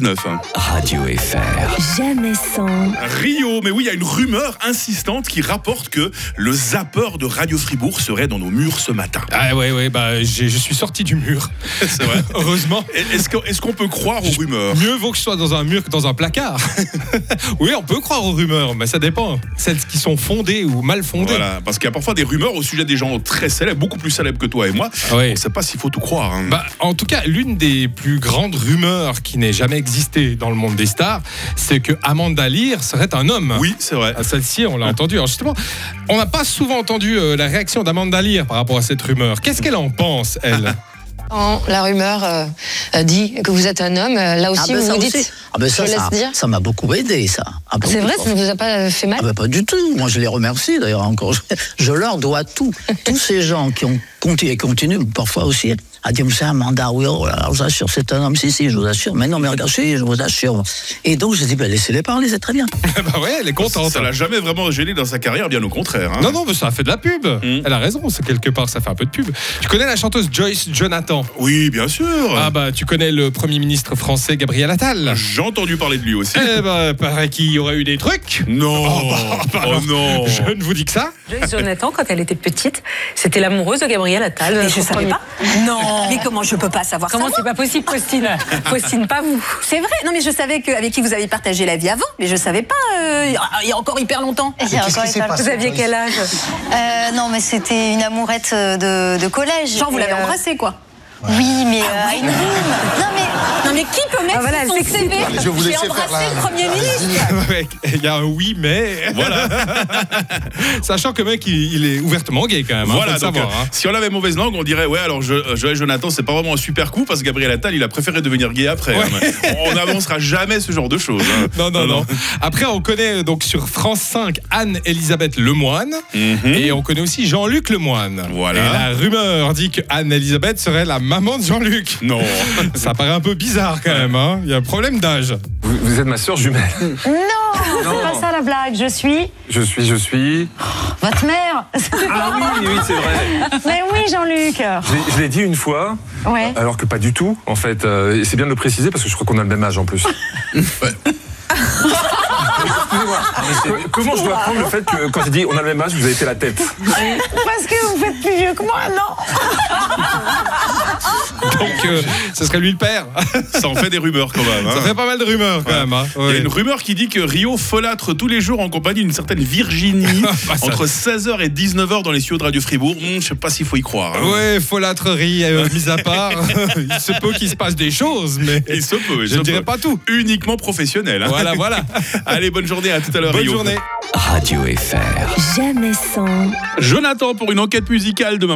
19. Radio FR. Jamais sans, Rio, mais oui, il y a une rumeur insistante qui rapporte que le zapper de Radio Fribourg serait dans nos murs ce matin. Ah ouais ouais bah j'ai- je suis sorti du mur. C'est vrai. Heureusement. Et- Est-ce qu'on est-ce qu'on peut croire aux rumeurs Mieux vaut que je sois dans un mur que dans un placard. oui, on peut croire aux rumeurs, mais ça dépend. Celles qui sont fondées ou mal fondées. Voilà, parce qu'il y a parfois des rumeurs au sujet des gens très célèbres, beaucoup plus célèbres que toi et moi. Ah ouais. On ne sait pas s'il faut tout croire. hein. Bah, en tout cas, l'une des plus grandes rumeurs qui n'ait jamais existé dans le monde des stars, c'est que Amanda Lear serait un homme. oui, c'est vrai. Ah, Celle-ci, on l'a entendu. Alors justement, on n'a pas souvent entendu euh, la réaction d'Amanda Lear par rapport à cette rumeur. Qu'est-ce qu'elle en pense, elle Quand la rumeur euh, euh, dit que vous êtes un homme, euh, là aussi ben, vous ça vous dites. aussi. Ah ben ça, je ça, laisse dire. ça m'a beaucoup aidé, ça. Ah ben C'est oui, vrai, je ça ne pense. vous a pas fait mal Ah ben pas du tout. Moi, je les remercie d'ailleurs encore. Je, je leur dois tout. Tous ces gens qui ont continué et continuent parfois aussi à dire, c'est un mandat, oui, oh là là, je vous assure, c'est un homme. Si, si, je vous assure. Mais non, mais regardez, si, je vous assure. Et donc, je dis, ben, laissez-les parler, c'est très bien. Bah ouais, elle est contente. Ça l'a jamais vraiment gêné dans sa carrière, bien au contraire. hein. Hmm. Non, non, mais ça fait de la pub. Elle a raison, c'est quelque part, ça fait un peu de pub. Tu connais la chanteuse Joyce Jonathan Oui, bien sûr. Ah bah, tu connais le Premier ministre français Gabriel Attal J'ai entendu parler de lui aussi. Eh bah, paraît qu'il y aurait eu des trucs. Non. Oh, bah, bah, Oh, alors, non. Je ne vous dis que ça. Joyce Jonathan, quand elle était petite, c'était l'amoureuse de Gabriel Attal. Mais notre je savais premier- pas. Non. Mais comment je peux pas savoir Comment ça c'est pas possible, Faustine Faustine, pas vous. C'est vrai. Non, mais je savais que, avec qui vous avez partagé la vie avant, mais je savais pas. euh, il y a encore hyper longtemps. Ah, Il y a encore étonnant. Vous aviez quel âge Euh, Non, mais c'était une amourette euh, de, de collège. Genre, vous Et, l'avez euh, embrassé, quoi. Oui, mais euh, Ah à une rime. Non, mais Non, mais qui peut mettre Ah, voilà, sur son elle s'excite. CV Allez, je vais vous J'ai laisser embrassé faire la- Ah, le Premier ministre. Mec, Il y a un oui, mais. Voilà. Sachant que mec, il, il est ouvertement gay quand même. hein, Voilà, faut le donc, savoir, euh, hein. si on avait mauvaise langue, on dirait ouais, alors je, euh, Joël Jonathan, c'est pas vraiment un super coup parce que Gabriel Attal, il a préféré devenir gay après. hein. On n'avancera jamais ce genre de choses. hein. Non, non, non. Après, on connaît donc sur France 5 Anne-Elisabeth Lemoine. Mhm. Et on connaît aussi Jean-Luc Lemoine. Voilà. Et la rumeur dit que Anne-Elisabeth serait la maman de Jean-Luc. Non. Ça paraît un peu bizarre quand même, hein. Il y a un problème d'âge. Vous, vous êtes ma sœur jumelle. Non, c'est pas ça la blague. Je suis Je suis, je suis. votre mère. Ah oui, oui, c'est vrai. Mais oui, Jean-Luc. Je l'ai- Je l'ai dit une fois, Ouais. alors que pas du tout, en fait. Euh, et c'est bien de le préciser parce que je crois qu'on a le même âge en plus. Excusez-moi. Co- Comment je dois prendre le fait que quand j'ai dit on a le même âge, vous avez fait la tête Parce que vous faites plus vieux que moi, non Donc, euh, ce serait lui le père. Ça en fait des rumeurs quand même. hein. Ça fait pas mal de rumeurs quand même, hein. Il y a Ouais. une rumeur qui dit que Rio folâtre tous les jours en compagnie d'une certaine Virginie Bah, ça- entre 16h et 19h dans les studios de Radio Fribourg. Hum, je sais pas s'il faut y croire. hein. Ouais, folâtrerie euh, mise à part. il se peut qu'il se passe des choses, mais Et ce peut, je ne dirais pas tout. Uniquement professionnel. hein. Voilà, voilà. Allez, bonne journée, à tout à l'heure. Bonne Rio. journée. Radio FR. jamais sans. Jonathan pour une enquête musicale demain.